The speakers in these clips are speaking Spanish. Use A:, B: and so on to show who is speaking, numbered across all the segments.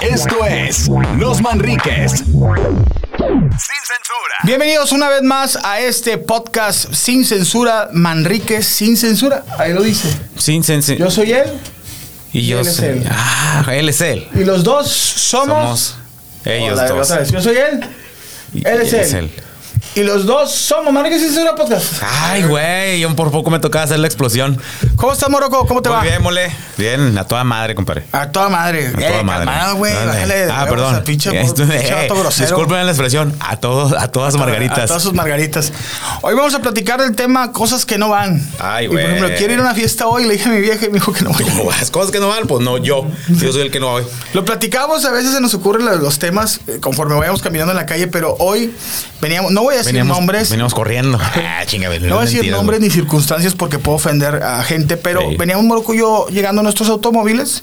A: Esto es Los Manriques. Sin censura.
B: Bienvenidos una vez más a este podcast sin censura, Manriques sin censura. Ahí lo dice.
C: Sin sensi-
B: Yo soy él
C: y yo
B: él es
C: soy-
B: él.
C: Ah, él es él.
B: y los dos somos.
C: Somos ellos
B: Hola,
C: dos.
B: otra vez. Yo soy él
C: Y-
B: él es
C: y
B: él. y los dos somos Manriques sin censura podcast.
C: Ay, güey, yo por poco me tocaba hacer la explosión.
B: ¿Cómo estás, Moroco? ¿Cómo te
C: Muy
B: va?
C: bien, mole. Bien, a toda madre, compadre.
B: A toda madre.
C: A toda
B: eh,
C: madre.
B: calmado, güey.
C: Dale.
B: Bájale de
C: Ah,
B: huevos
C: perdón.
B: a pinche,
C: Esto-
B: pinche vato
C: eh,
B: grosero.
C: disculpen la expresión. A todos, a todas margaritas.
B: A todas sus margaritas. Hoy vamos a platicar del tema cosas que no van.
C: Ay,
B: Y, Por
C: güey.
B: ejemplo, quiero ir a una fiesta hoy, le dije a mi vieja y me dijo que no voy.
C: ¿Cómo vas? Cosas que no van, pues no, yo. Yo soy el que no voy.
B: Lo platicamos, a veces se nos ocurren la- los temas eh, conforme vayamos caminando en la calle, pero hoy veníamos, no voy a decir nombres,
C: Veníamos corriendo. Ah, chinga,
B: no voy a decir
C: mentiras,
B: nombres
C: güey.
B: ni circunstancias porque puedo ofender a gente, pero
C: Sí.
B: veníamos Morocco y yo llegando a nuestros automóviles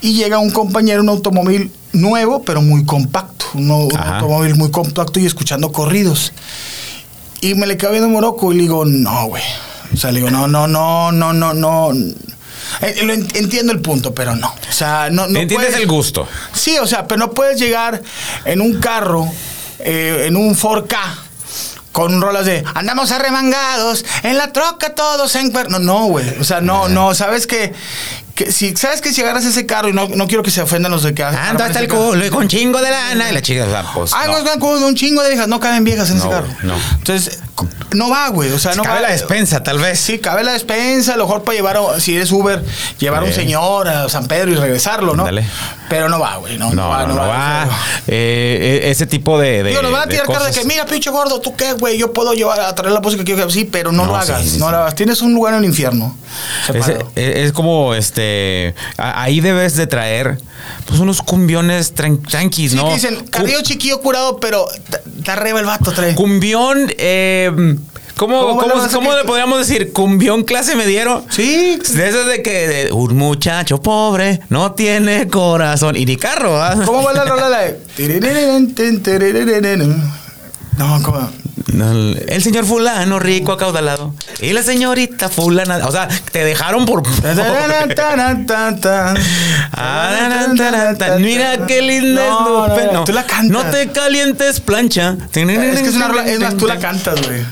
B: y llega un compañero, un automóvil nuevo, pero muy compacto, uno- un
C: Ajá.
B: automóvil muy compacto y escuchando corridos. Y me le quedo viendo Morocco y le digo, no, güey. O sea, le digo, no, no, no, no, no, no. Eh, lo en- Entiendo el punto, pero no. O sea, no, no
C: Entiendes
B: puedes-
C: el gusto.
B: Sí, o sea, pero no puedes llegar en un carro, eh, en un 4K, con rolas de andamos arremangados, en la troca todos en cuer-". No, no, güey. O sea, no, no, sabes que, que si sabes que si agarras ese carro y no, no quiero que se ofendan los de que
C: Ah, entonces está el culo y con chingo de lana. Y la chica, o sea, pues.
B: Ah,
C: no.
B: no, es culo, un chingo de viejas, no caben viejas en
C: No,
B: ese carro.
C: güey, no.
B: Entonces, no va, güey. O sea, no
C: Cabe
B: va.
C: la despensa, tal vez.
B: Sí, cabe la despensa, a lo mejor para llevar, a- si eres Uber, llevar a un
C: Eh.
B: señor a San Pedro y regresarlo, ¿no?
C: Ándale.
B: Pero no va, güey, no,
C: No, no, no va. Eh, e- ese tipo de. de
B: Digo, nos van a tirar cara de
C: cosas.
B: que, mira, pinche gordo, ¿tú qué, güey? Yo puedo llevar a traer la música que quiero que... Sí, pero no,
C: No,
B: lo
C: sí,
B: hagas,
C: sí,
B: no
C: sí. eh,
B: lo hagas. Tienes un lugar en el infierno.
C: Es,
B: separado.
C: es- es como este. a- ahí debes de traer pues unos cumbiones tran- tranquis,
B: sí,
C: ¿no?
B: que dicen,
C: Cu-
B: carrillo chiquillo curado, pero ta- te arreba el vato, trae.
C: Cumbión. eh, ¿Cómo,
B: ¿Cómo le
C: cómo,
B: vas a
C: cómo
B: que-
C: le podríamos decir? Cumbión clase mediero.
B: Sí,
C: De eso de que de, un muchacho pobre no tiene corazón y ni carro, ¿verdad?
B: ¿cómo va la rola? La de... tiririririn, tin, tiririririn? No, ¿cómo?
C: No, El el señor fulano rico acaudalado y la señorita fulana, o sea, te dejaron por pobre. Ah, na, na, na, na, na. Mira qué linda es tu
B: no, no,
C: pelo.
B: no, tú la cantas.
C: No te calientes plancha.
B: Es que es una rola, es más, tú la cantas, güey.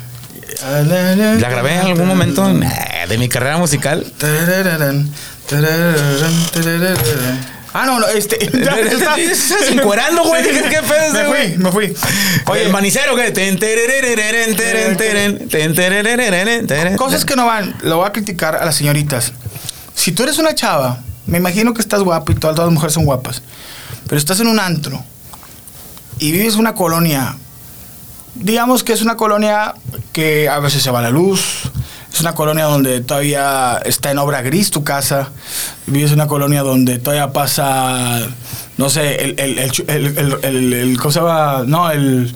C: La grabé en algún momento nah, de mi carrera musical.
B: Tarararán, tarararán, tarararán. Ah, no, no, este. ya
C: Te
B: está.
C: estás encuerando, güey. ¿Qué pedo ese,
B: Me
C: güey?
B: fui, me fui. Eh,
C: Oye,
B: Oye,
C: el manicero que ten, tererereren, teren, teren, ten, tererereren, teren.
B: cosas que no van. Lo voy a criticar a las señoritas. Si tú eres una chava, me imagino que estás guapa y todas, todas las mujeres son guapas. Pero estás en un antro y vives en una colonia. Digamos que es una colonia que a veces se va la luz. Es una colonia donde todavía está en obra gris tu casa. Vives en una colonia donde todavía pasa, no sé, el, el, el, chu- el, el- el- el- ¿cómo se llama? No, el,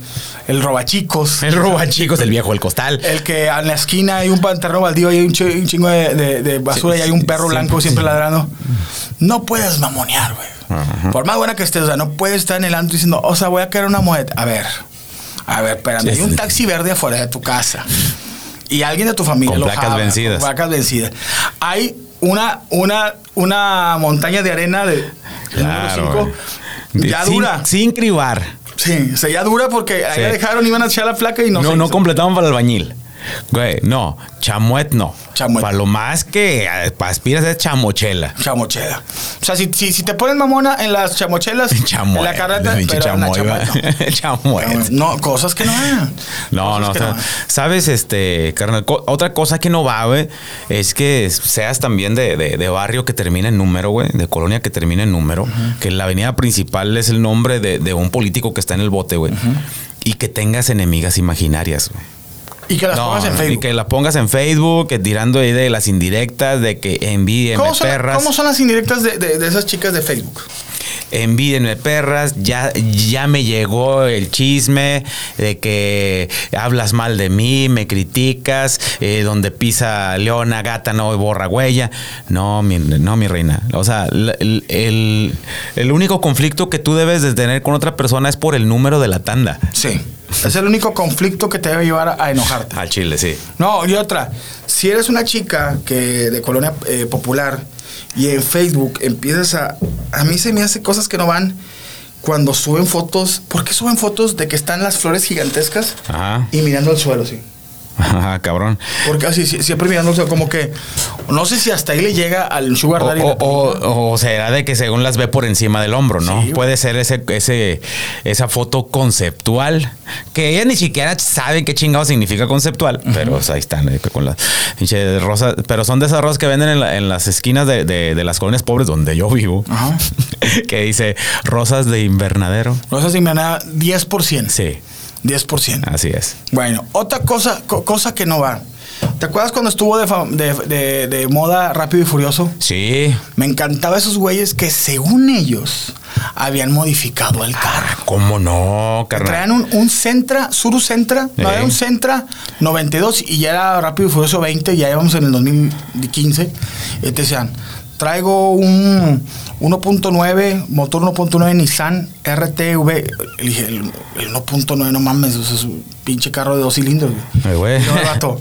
B: el robachicos.
C: El roba chicos, el viejo, el costal.
B: El que en la esquina hay un pantarro baldío y hay un, chi- un chingo de, de- de basura
C: Sí,
B: y hay un
C: sí,
B: perro
C: sí,
B: blanco siempre
C: sí.
B: ladrando. No puedes mamonear, güey. Por más buena que estés, o sea, no puedes estar en el antro diciendo, o sea, voy a caer una mujer. A ver, a ver, espérame.
C: Sí,
B: hay un
C: sí.
B: taxi verde afuera de tu casa. Y alguien de tu familia
C: Con
B: lo
C: placas
B: jala,
C: vencidas.
B: Con placas vencidas. Hay una, una, una montaña de arena de el número
C: Claro.
B: cinco,
C: güey.
B: Ya
C: Sin-
B: dura.
C: Sin cribar.
B: Sí, o sea, ya dura porque ahí
C: Sí.
B: la dejaron, iban a echar la placa y no
C: No,
B: se
C: no
B: hizo.
C: completaban para el albañil. Güey, no. Chamuet no.
B: Chamuet.
C: Para lo más que eh, aspiras es chamochela.
B: Chamochela. O sea, si, si, si te ponen mamona en las chamochelas,
C: Chamuet.
B: en la carreta,
C: Pinche
B: pero en la
C: chamoy,
B: chamoy,
C: ¿verdad?
B: no.
C: Chamuet.
B: No, cosas que no eran.
C: No,
B: Cosas
C: no,
B: Pues que
C: o sea,
B: eran.
C: sabes, este, carnal, co- otra cosa que no va, güey, es que seas también de, de- de barrio que termina en número, güey, de colonia que termina en número, que la avenida principal es el nombre de, de un político que está en el bote, güey, y que tengas enemigas imaginarias, güey.
B: Y que las
C: No,
B: pongas en
C: y
B: Facebook.
C: que las pongas en Facebook, que tirando ahí de las indirectas, de que envíenme
B: ¿Cómo, son,
C: perras.
B: cómo son las indirectas de, de- de esas chicas de Facebook?
C: Envídenme perras, ya, ya me llegó el chisme de que hablas mal de mí, me criticas, eh, donde pisa leona, gata, no borra huella. No, mi, no, mi reina. O sea, el, el- el- el único conflicto que tú debes de tener con otra persona es por el número de la tanda.
B: Sí. Es el único conflicto que te debe llevar a enojarte.
C: Al chile, sí.
B: No, y otra. Si eres una chica que de colonia eh, popular y en Facebook empiezas a... A mí se me hace cosas que no van cuando suben fotos. ¿Por qué suben fotos de que están las flores gigantescas
C: Ajá.
B: y mirando al suelo, sí?
C: Ajá, Ah, cabrón.
B: Porque así, sí, siempre mirando al suelo, como que... No sé si hasta ahí le llega al
C: O,
B: sugar daddy.
C: o-
B: la película.
C: o- o será de que según las ve por encima del hombro, ¿no?
B: Sí.
C: Puede ser ese, ese, esa foto conceptual, que ella ni siquiera sabe qué chingado significa conceptual, pero o sea, ahí están, eh, con las pinche rosas, pero son de esas rosas que venden en, la- en las esquinas de, de- de las colonias pobres donde yo vivo,
B: Ajá.
C: que dice rosas de invernadero.
B: No sé si me da 10%.
C: Sí, Ah.
B: 10%.
C: así es.
B: Bueno, otra cosa, co- cosa que no va. ¿Te acuerdas cuando estuvo de, fam- de- de- de moda Rápido y Furioso?
C: Sí.
B: Me encantaba esos güeyes que según ellos habían modificado el carro.
C: ¿Cómo no, carnal?
B: Traían un, un Centra, Suru Centra, no
C: Eh.
B: era un Centra 92 y ya era Rápido y Furioso 20, ya íbamos en el 2015. Y te decían, traigo un 1.9, motor 1.9 Nissan RTV. Le dije, el, el 1.9, no mames, o sea, es un pinche carro de dos cilindros. güey.
C: Ay, güey.
B: No, vato.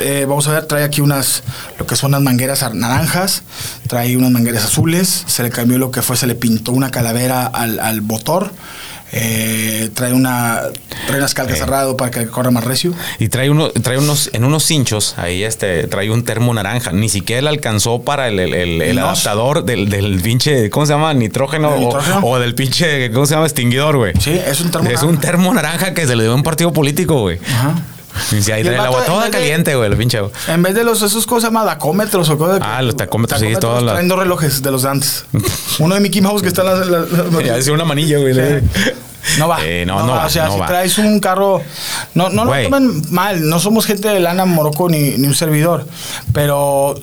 B: Eh, vamos a ver, trae aquí unas, lo que son unas mangueras ar- naranjas, trae unas mangueras azules, se le cambió lo que fue, se le pintó una calavera al, al motor, eh, trae una, trae unas calcas
C: Eh.
B: cerrado para que corra más recio.
C: Y trae uno, trae unos, en unos cinchos, ahí este, trae un termo naranja. Ni siquiera le alcanzó para el, el- el- el
B: No.
C: adaptador del, del pinche, ¿cómo se llama? Nitrógeno,
B: ¿El
C: o-
B: nitrógeno?
C: O, del pinche, ¿cómo se llama? Extinguidor, güey.
B: Sí, es un termo
C: Es
B: naranja.
C: un termo naranja que se le dio a un partido político, güey.
B: Ajá.
C: Y si ahí
B: Y el
C: trae el
B: vato,
C: agua
B: en
C: toda
B: vez de-
C: caliente, güey, el pinche. agua.
B: En vez de los, esos cosas llama dacómetros o cosas.
C: Ah, los tacómetros, sí, todas las-
B: Traen dos relojes de los de antes. Uno de Mickey Mouse que está en las- las- las-
C: Ya es una manilla, güey.
B: No va.
C: Eh, no, no va,
B: O sea,
C: no
B: si
C: va.
B: traes un carro. No, no lo
C: Güey.
B: tomen mal. No somos gente de lana Morocco ni, ni un servidor. Pero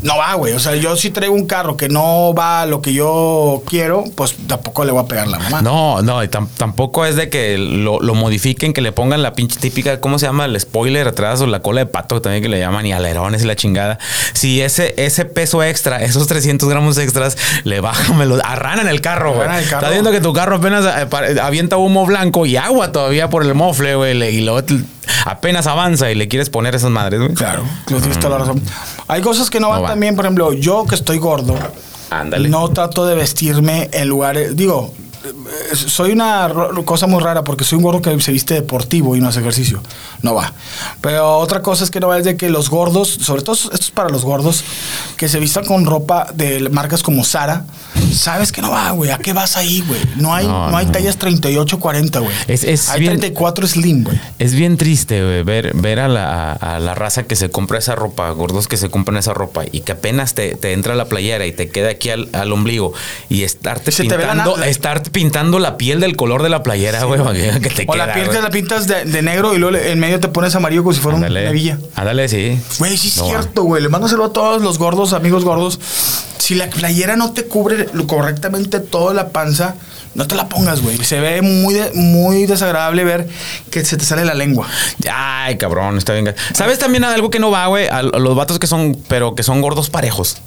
B: no va, güey. O sea, yo si traigo un carro que no va a lo que yo quiero, pues tampoco le voy a pegar la mamá.
C: No, no, y tam- tampoco es de que lo, lo modifiquen, que le pongan la pinche típica, ¿cómo se llama? El spoiler atrás o la cola de pato también que le llaman y alerones y la chingada. Si ese, ese peso extra, esos 300 gramos extras, le bajan, me lo arranan el carro, güey.
B: Arranan el carro.
C: Estás viendo que tu carro apenas eh, pa- eh, avienta humo blanco y agua todavía por el mofle, güey, le- y luego te- apenas avanza y le quieres poner esas madres, güey.
B: Claro, tú ¿eh? tienes toda la razón. Hay cosas que no, van
C: va.
B: también, por ejemplo, yo que estoy gordo,
C: Ándale.
B: no trato de vestirme en lugares, digo, eh, soy una ro- cosa muy rara porque soy un gordo que se viste deportivo y no hace ejercicio, no va. Pero otra cosa es que no va es de que los gordos, sobre todo esto es para los gordos, que se vistan con ropa de marcas como Sara, sabes que no va, güey, ¿a qué vas ahí, güey? No hay,
C: No,
B: no, hay
C: no.
B: tallas 38, 40, güey.
C: Es- es
B: hay
C: bien-
B: 34 slim, güey.
C: Es bien triste güey, ver, ver a, la, a la raza que se compra esa ropa, gordos que se compran esa ropa y que apenas te, te entra la playera y te queda aquí al, al ombligo y estarte
B: Se te ve la
C: pintando,
B: na-
C: estarte pintando la piel del color de la playera, güey, que- que te
B: O
C: queda,
B: la piel
C: güey.
B: te la pintas de, de negro y luego le- en medio te pones amarillo como si fuera
C: Ándale.
B: una villa.
C: Ándale, sí.
B: Güey, sí es
C: No,
B: cierto, güey. Le mando saludo a todos los gordos, amigos gordos. Si la playera no te cubre lo- correctamente toda la panza, no te la pongas, güey. Se ve muy, de- muy desagradable ver que se te sale la lengua.
C: Ay, cabrón, está bien. ¿Sabes también algo que no va, güey? A los vatos que son, pero que son gordos parejos,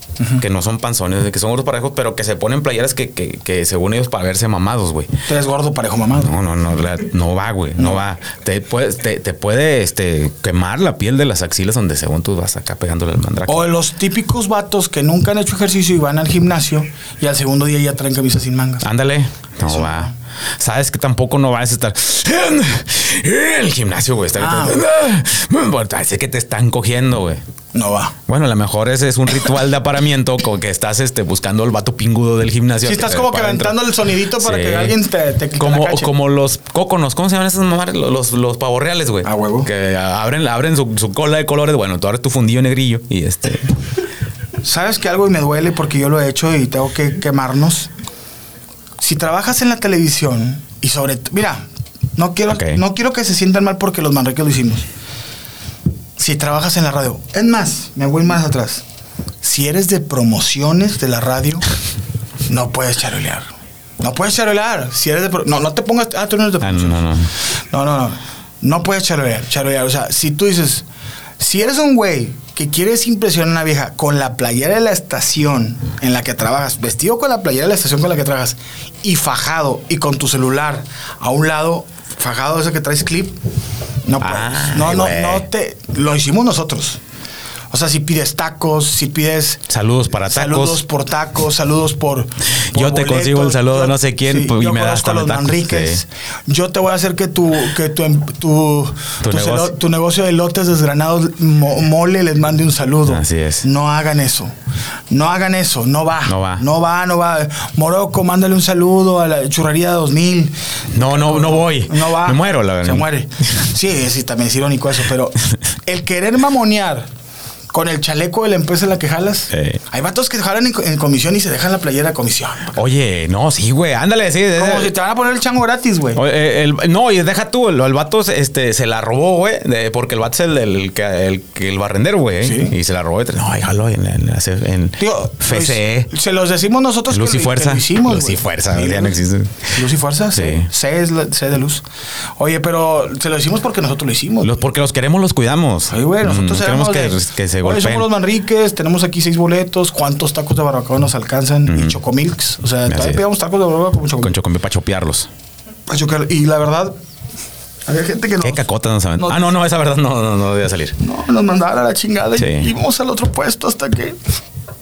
C: que no son panzones, que son gordos parejos, pero que se ponen playeras que, que, que según ellos para verse mamados, güey.
B: Tú eres gordo, parejo mamado.
C: No, no, no, la- no va, güey, no va. Te puede, te, te puede este, quemar la piel de las axilas donde según tú vas acá pegándole al mandrake.
B: O los típicos vatos que nunca han hecho ejercicio y van al gimnasio y al segundo día ya traen camisas sin mangas.
C: Ándale, no
B: Eso.
C: va. Sabes que tampoco no vas a estar en el gimnasio, güey. Estar
B: Ah.
C: Parece que te están cogiendo, güey.
B: No va.
C: Bueno, a lo mejor ese es un ritual de aparamiento con que estás este, buscando el vato pingudo del gimnasio.
B: Sí,
C: que
B: estás
C: te
B: como que
C: eh, para
B: aventando
C: entrar.
B: el sonidito para que alguien te, te quite
C: como,
B: la cache.
C: como los cóconos, ¿cómo se llaman esas mamadas? Los, los, los pavorreales, güey.
B: Ah, huevo.
C: Que abren, abren su, su cola de colores. Bueno, tú abres tu fundillo negrillo y este.
B: ¿Sabes que algo y me duele porque yo lo he hecho y tengo que quemarnos? Si trabajas en la televisión y sobre t- mira, no quiero
C: Ok.
B: no quiero que se sientan mal porque los manriques lo hicimos. Si trabajas en la radio, es más, me voy más atrás. Si eres de promociones de la radio, no puedes charolear. No puedes charolear. Si eres de pro- no no te pongas ah tú no eres de
C: Ah, no, no, no.
B: no, no, no. No puedes charolear, charolear. O sea, si tú dices, si eres un güey que quieres impresionar a una vieja con la playera de la estación en la que trabajas, vestido con la playera de la estación con la que trabajas, y fajado, y con tu celular a un lado, fajado, ese que traes clip, no puedes.
C: Ay,
B: no, no,
C: güey.
B: no te. Lo hicimos nosotros. O sea, si pides tacos, si pides.
C: Saludos para tacos.
B: Saludos por tacos, saludos por. por
C: Yo te consigo el saludo de no sé quién, pues, y
B: yo
C: me das
B: conozco a los
C: los tacos,
B: Manríquez. Yo te voy a hacer que tu, que tu, em- tu,
C: Tu
B: tu
C: negocio.
B: celo- tu negocio de lotes desgranados mo- mole les mande un saludo.
C: Así es.
B: No hagan eso. No hagan eso. No va.
C: No va.
B: No va, no va. Morocco, mándale un saludo a la churrería 2000.
C: No, no, no voy.
B: No va.
C: Me muero, la
B: Se
C: verdad.
B: muere. Sí, sí, también es irónico eso, pero el querer mamonear con el chaleco de la empresa en la que jalas.
C: Eh.
B: Hay vatos que jalan en, co- en comisión y se dejan la playera de comisión.
C: Oye, no, sí, güey. Ándale, sí.
B: Como
C: eh,
B: si te van a poner el chango gratis, güey.
C: O- eh, el- no, y deja tú, el, el vato se- este, se la robó, güey, de- porque el vato es el, el, que- el, que- el barrendero, güey, ¿eh?
B: Sí.
C: y se la robó. No, déjalo en, en, la C- en E.
B: Digo,
C: FCE.
B: Luis, se los decimos nosotros
C: Luz
B: que
C: y
B: lo-
C: fuerza.
B: que lo hicimos,
C: Luz y
B: güey.
C: fuerza,
B: Sí,
C: ya no
B: luz-
C: existe.
B: Luz y fuerza, sí.
C: Sí.
B: C es la- C de luz. Oye, pero se lo decimos porque nosotros lo hicimos.
C: Los, porque los queremos, los cuidamos.
B: pues, Ay, güey, nosotros
C: Mm,
B: éramos
C: queremos que,
B: de-
C: que se
B: Oye,
C: golpeen.
B: somos los Manriques, tenemos aquí seis boletos, cuántos tacos de barbacoa nos alcanzan y chocomilks. O sea,
C: Así
B: todavía
C: es.
B: pedíamos tacos de barbacoa como
C: Con
B: chocomilks.
C: Chocomil para chopearlos.
B: A chocar. Y la verdad, había gente que
C: Qué
B: nos,
C: cacota nos aventó.
B: nos-
C: Ah, no, no, esa verdad no, no, no debía salir.
B: no, nos mandaban a la chingada
C: Sí.
B: y íbamos al otro puesto hasta que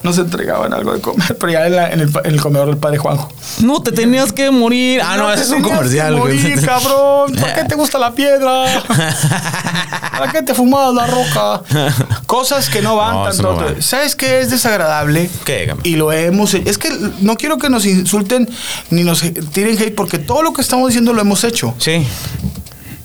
B: nos entregaban algo de comer, pero ya en, la- en el, pa- en el comedor del padre Juanjo.
C: No, te tenías que morir. Ah, no,
B: te
C: ese es un
B: tenías que
C: comercial. güey.
B: morir, cabrón. ¿Por qué te gusta la piedra? ¿Para qué te fumabas la roca? Cosas que no van
C: No, eso
B: tanto.
C: no va.
B: ¿Sabes qué es desagradable?
C: ¿Qué, Gama?
B: Y lo hemos Es que no quiero que nos insulten ni nos tiren hate porque todo lo que estamos diciendo lo hemos hecho.
C: Sí.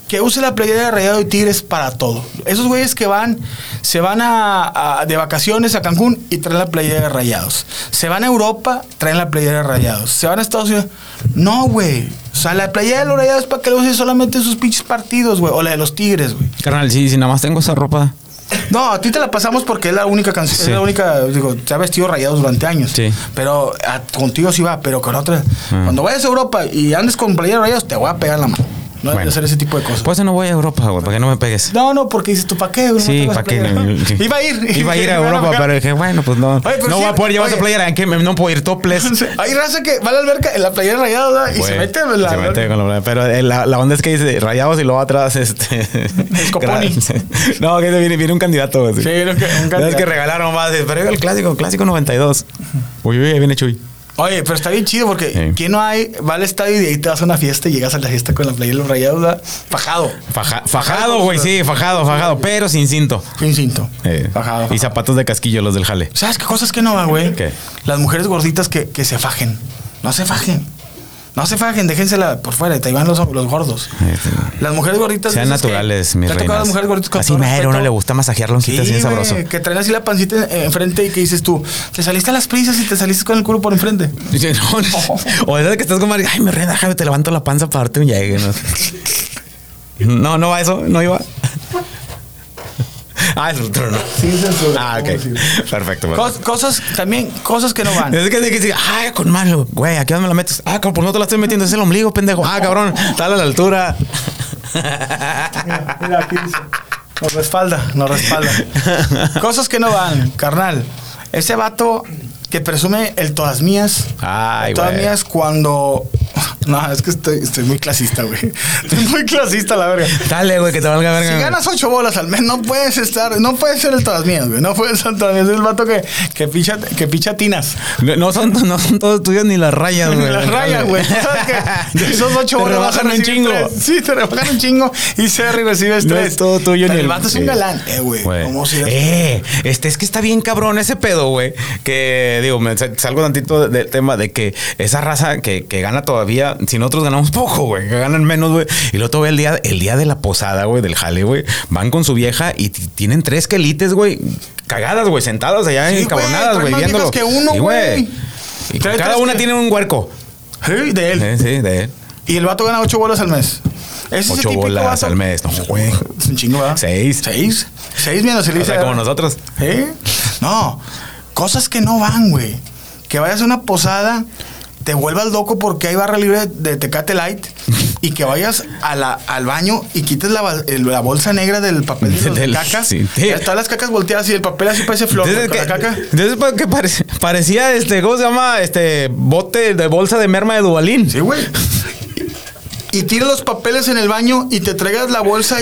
B: Que use la playera de Rayado y Tigres para todo. Esos güeyes que van, se van a, a- de vacaciones a Cancún y traen la playera de Rayados. Se van a Europa, traen la playera de Rayados. Se van a Estados Unidos. No, güey. O sea, la playera de los Rayados es para que lo use solamente en sus pinches partidos, güey. O la de los Tigres, güey.
C: Carnal, sí, sí, nada más tengo esa ropa.
B: No, a ti te la pasamos porque es la única canción,
C: Sí.
B: es la única, digo, te ha vestido rayados durante años.
C: Sí.
B: Pero a- contigo sí va, pero con otras.
C: Ah.
B: Cuando vayas a Europa y andes con playeros rayados, te voy a pegar la mano. No hay que
C: Bueno.
B: hacer ese tipo de cosas.
C: Por eso Pues no voy a Europa, güey, para que no me pegues.
B: no, no, porque dices tú, ¿para qué? güey? No
C: Sí,
B: te vas a
C: ¿para qué?
B: playera". Iba a ir.
C: Iba a ir a
B: Iba
C: Europa,
B: bajar.
C: pero dije, bueno, pues no.
B: pero
C: no
B: sí,
C: voy a poder llevarse
B: oye.
C: playera. ¿En qué? Me- No puedo ir toples.
B: Hay raza que va a la alberca en la playera rayada ¿verdad? y se
C: Güey,
B: mete en la
C: se mete con la playera. Pero eh, la, la onda es que dice rayados y luego atrás este.
B: Scoponi.
C: gra- no, que viene, viene un candidato. güey.
B: Sí, viene un ca- un
C: Ya Es
B: candidato.
C: que regalaron más. Pero iba el clásico, clásico 92. Uy, uy, ahí viene Chuy.
B: Oye, pero está bien chido porque
C: Sí.
B: ¿quién no hay? Va al estadio y de ahí te vas a una fiesta y llegas a la fiesta con la playera de los rayados, ¿verdad? fajado.
C: Faja- fajado, güey, sí, fajado, fajado, pero sin cinto.
B: Fue instinto.
C: Eh,
B: Fajado.
C: Y zapatos de casquillo, los del jale.
B: ¿Sabes qué cosas que no va, güey?
C: ¿Qué?
B: Las mujeres gorditas que, que se fajen. No se fajen. No se fajen, déjensela por fuera, te van los, los gordos. Las mujeres gorditas.
C: Sean
B: esas que-
C: naturales,
B: ¿te
C: mis
B: ha tocado
C: reinas.
B: las mujeres gorditas con
C: así
B: todo
C: mero,
B: respeto?
C: no le gusta masajear
B: Sí,
C: lonjitas así bien
B: güey,
C: sabroso.
B: que traen así la pancita en- enfrente y que dices tú, te saliste a las prisas y te saliste con el culo por enfrente.
C: Sí, no, no. O es que estás como, ay, mi reina, déjame, te levanto la panza para darte un llegue. No, no, no va eso, no iba. Ah, es otro, no.
B: Sin censura.
C: Ah, ok. Perfecto. perfecto.
B: Cos- cosas, también, cosas que no van.
C: Es que dice, ay, con malo, güey, ¿a qué dónde me la metes? Ah, cabrón, pues no te la estoy metiendo, es el ombligo, pendejo. Ah, cabrón, tal a la altura.
B: Mira, aquí dice, Nos respalda, nos respalda. Cosas que no van, carnal. Ese vato que presume el todas mías.
C: Ay,
B: el todas
C: güey.
B: mías cuando. No, es que estoy, estoy muy clasista, güey. Estoy muy clasista, la verga.
C: Dale, güey, que te valga verga.
B: Si
C: güey.
B: ganas ocho bolas al mes, no puedes estar, no puedes ser el todas mías, güey. No puedes ser el todas mías. Es el vato que, que, picha, que picha tinas.
C: No, no son, no son todos tuyos ni las rayas,
B: Ni
C: güey.
B: las rayas, güey. ¿Sabes qué? De esos ocho
C: Te
B: bolas vas a
C: rebajan un
B: recibir
C: chingo.
B: tres. Sí, te rebajan un chingo y Serry recibes
C: No
B: tres.
C: es todo tuyo
B: Pero el
C: ni el-
B: vato es un
C: sí.
B: galán, eh, güey.
C: Güey.
B: ¿Cómo si-
C: Eh, este es que está bien cabrón ese pedo, güey. Que digo, me sa- salgo tantito del tema de que esa raza que, que gana todavía, si nosotros ganamos poco, güey, que ganan menos, güey. Y luego todavía el día, el día de la posada, güey, del jale, güey, van con su vieja y t- tienen tres quelites, güey, cagadas, güey, sentadas allá
B: Sí, güey,
C: encabronadas,
B: traen
C: güey,
B: más
C: viéndolo.
B: viejas que uno,
C: Sí,
B: güey.
C: Y
B: Traen
C: Cada
B: tres
C: una
B: que-
C: tiene un huerco.
B: Sí, de él.
C: Eh, sí, de
B: Y el vato gana ocho bolas al mes. Ese es el
C: Ocho
B: típico
C: bolas
B: vato-
C: al mes. No, güey.
B: Es un chingo, ¿verdad?
C: Seis.
B: Seis. Seis menos el
C: O sea,
B: ICR.
C: como nosotros.
B: ¿Eh? No. Cosas que no van, güey. Que vayas a una posada, te vuelvas loco porque hay barra libre de Tecate Light y que vayas a la- al baño y quites la, bal- el- la bolsa negra del papel de las
C: Del-
B: cacas.
C: sí.
B: Ya están las cacas volteadas y el papel así parece flor.
C: Entonces,
B: con la
C: que,
B: caca.
C: entonces, pa- que parece- parecía este, ¿cómo se llama? Este bote de bolsa de merma de Dubalín.
B: Sí, güey. y tiras los papeles en el baño y te traigas la bolsa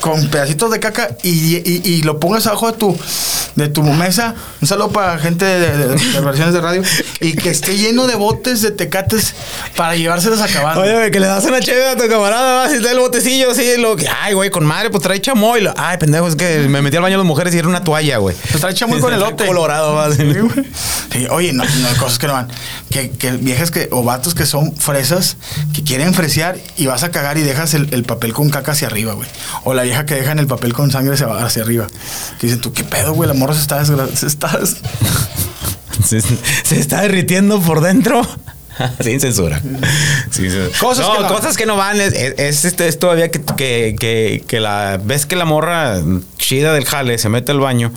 B: con pedacitos de caca y, y- y lo pongas abajo de tu, de tu mesa. Un saludo para gente de, de- de- de versiones de radio. Y que esté lleno de botes de tecates para llevárselos acabando.
C: Oye, güey, que le das una chévere a tu camarada, vas y está el botecillo así, lo que, ay, güey, con madre, pues trae chamoy. Lo- Ay, pendejo, es que me metí al baño de las mujeres y era una toalla, güey.
B: Pues trae chamoy con
C: Está
B: elote.
C: Colorado, vas.
B: Sí, güey. Sí, oye, no, no hay cosas que no van. Que, que viejas que, o vatos que son fresas, que quieren fresear y vas a cagar y dejas el, el papel con caca hacia arriba, güey. O la vieja que deja en el papel con sangre hacia, hacia arriba. Que dicen, tú, ¿qué pedo, güey? La morra se está desgra- se está des-
C: Se, se está derritiendo por dentro. Sin censura. Sin censura.
B: Cosas
C: no,
B: que no-
C: cosas que no van. Es, es- es este- es todavía que, que- que- que la ves que la morra chida del jale se mete al baño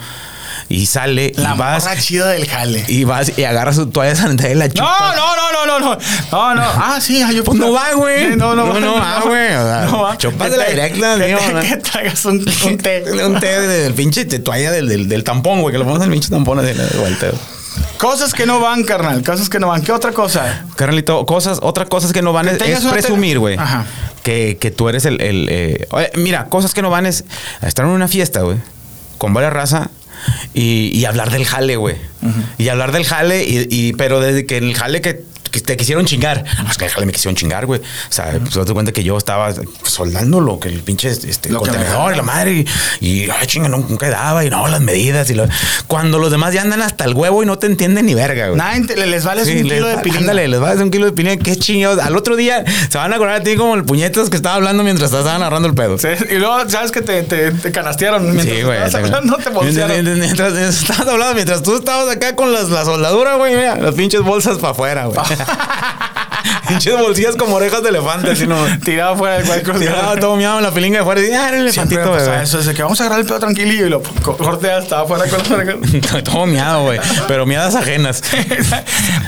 C: y sale
B: La
C: y vas
B: morra chida del jale.
C: y vas y agarras su toalla sanitaria y la chupa.
B: No, no, no, no, no, no. No, no. Ah, sí, ah, yo
C: Pues no va, güey.
B: No, no,
C: No, no va, güey. O sea, chúpasela
B: Que te-
C: directa,
B: que
C: digo,
B: te-
C: ¿no?
B: Que traigas un, un té.
C: Un té del pinche de toalla del, del, del tampón, güey. Que lo pones al pinche tampón así de vuelta. güey.
B: Cosas que no van, carnal. Cosas que no van. ¿Qué otra cosa?
C: Carnalito, cosas, otras cosas que no van
B: Que
C: es,
B: tengas
C: es
B: una tele-
C: presumir, güey.
B: Ajá.
C: Que, que tú eres el. el, eh, oye, mira, cosas que no van es estar en una fiesta, güey. Con varias raza. Y, y hablar del jale, güey. Y hablar del jale, y, y- pero desde que en el jale que, que te quisieron chingar. No, es que en el jale me quisieron chingar, güey. O sea, pues date cuenta que yo estaba soldándolo, que el pinche este,
B: Lo que me
C: contenedor, y la madre. Y, y, ay, chinga, no, nunca daba. Y no, las medidas. y lo- Cuando los demás ya andan hasta el huevo y no te entienden ni verga, güey.
B: Nadie te- les vale
C: Pues Sí,
B: un
C: le-
B: kilo de pilinga.
C: Ándale, les va a hacer un kilo de pilinga. Qué chingados. Al otro día se van a acordar de ti como el puñetos que estaba hablando mientras te estaban agarrando el pedo.
B: Sí, Y luego, ¿sabes que te, te, te canastearon? Mientras
C: Sí, güey.
B: estabas
C: te-
B: hablando, te bolsearon.
C: Mientras, mientras- mientras estabas hablando, mientras tú estabas acá con las, la soldadura, güey, mira, las pinches bolsas para afuera, güey. pinches bolsillas como orejas de elefante, así no.
B: Tirado fuera del cualquier
C: Tiraba todo miado en la pilinga de afuera y decía, ah, era el
B: Siempre me
C: elefantito,
B: pasa
C: bebé.
B: eso, es de que vamos a agarrar el pedo tranquilo y lo co- cortea hasta afuera con
C: todo miado, güey. Pero miadas ajenas.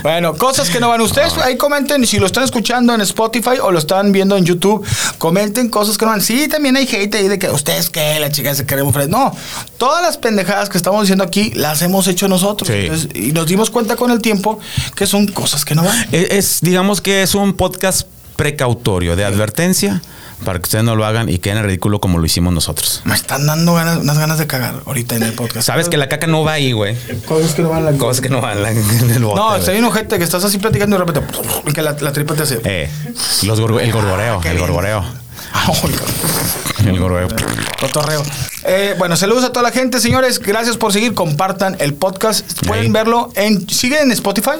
B: Bueno, cosas que no van ustedes, ahí comenten si lo están escuchando en Spotify o lo están viendo en YouTube, comenten cosas que no van. Sí, también hay hate ahí de que ustedes qué, la chica se queremos fresco. No, todas las pendejadas que estamos diciendo aquí las hemos hecho nosotros.
C: Sí.
B: Entonces, y nos dimos cuenta con el tiempo que son cosas que no van.
C: Es, es- digamos que es un podcast precautorio de advertencia para que ustedes no lo hagan y queden en ridículo como lo hicimos nosotros.
B: Me están dando ganas, unas ganas de cagar ahorita en el podcast.
C: Sabes que la caca no va ahí, güey.
B: Cosas que no van a la
C: Cosas que no van la- en el bote.
B: No,
C: güey.
B: está bien ojete que estás así platicando y de repente y que la, la tripa te hace.
C: Eh, los gorgo- el gorgoreo,
B: qué
C: el
B: bien.
C: gorgoreo.
B: Ah, oiga,
C: El gorgoreo.
B: Cotorreo. Eh, bueno, saludos a toda la gente, señores. Gracias por seguir. Compartan el podcast. Pueden
C: Ahí.
B: verlo en. ¿Sigue en Spotify?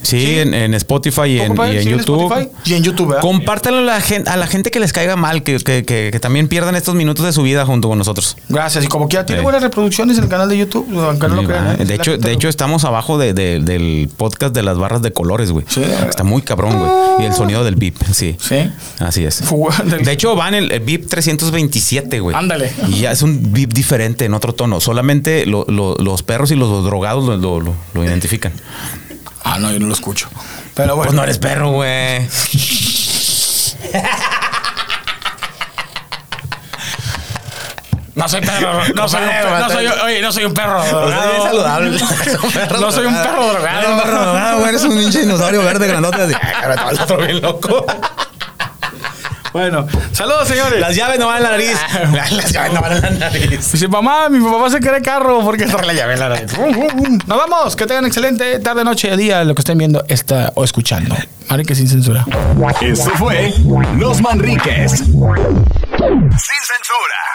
C: Sí, en, en Spotify y en,
B: Spotify,
C: y en
B: ¿sigue en
C: YouTube.
B: Spotify? Y en YouTube, ¿verdad?
C: Compártanlo a la, gente, a la gente que les caiga mal, que, que- que- que también pierdan estos minutos de su vida junto con nosotros.
B: Gracias. Y como quiera, tiene
C: Eh.
B: buenas reproducciones en el canal de YouTube. aunque no lo
C: Sí,
B: crean,
C: va.
B: ¿eh?
C: de
B: La
C: hecho,
B: gente
C: de
B: lo-
C: hecho estamos abajo de- de- del podcast de las barras de colores, güey.
B: Sí.
C: Está muy cabrón, güey. Y el sonido del beep, sí.
B: Sí.
C: Así es.
B: Fuga del-
C: De hecho, van el, el VIP 327, güey.
B: Ándale.
C: Y ya es un VIP diferente, en otro tono. Solamente lo- lo- los perros y los drogados lo, lo- lo- lo identifican.
B: Ah, no, yo no lo escucho. Pero
C: Pues
B: bueno.
C: no eres perro, güey.
B: No soy perro. No soy, un
C: Compadre,
B: perro, no
C: mate.
B: soy, oye, no soy un perro.
C: Usted es
B: drogado.
C: saludable.
B: No soy un perro drogado.
C: No eres un perro drogado, güey. Eres un pinche dinosaurio verde grandote. Así. Ah, cabrón, te vas a otro bien loco. Pues
B: Bueno, saludos, señores.
C: Las llaves no van en la nariz.
B: Ah.
C: Las llaves no van en la nariz.
B: Dice, mamá, mi papá se quiere carro porque está la llave en la nariz. Rum, rum, rum. Nos vamos, que tengan excelente tarde, noche, día, lo que estén viendo esta, o escuchando. que sin censura.
A: Esto fue Los Manriques. Sin censura.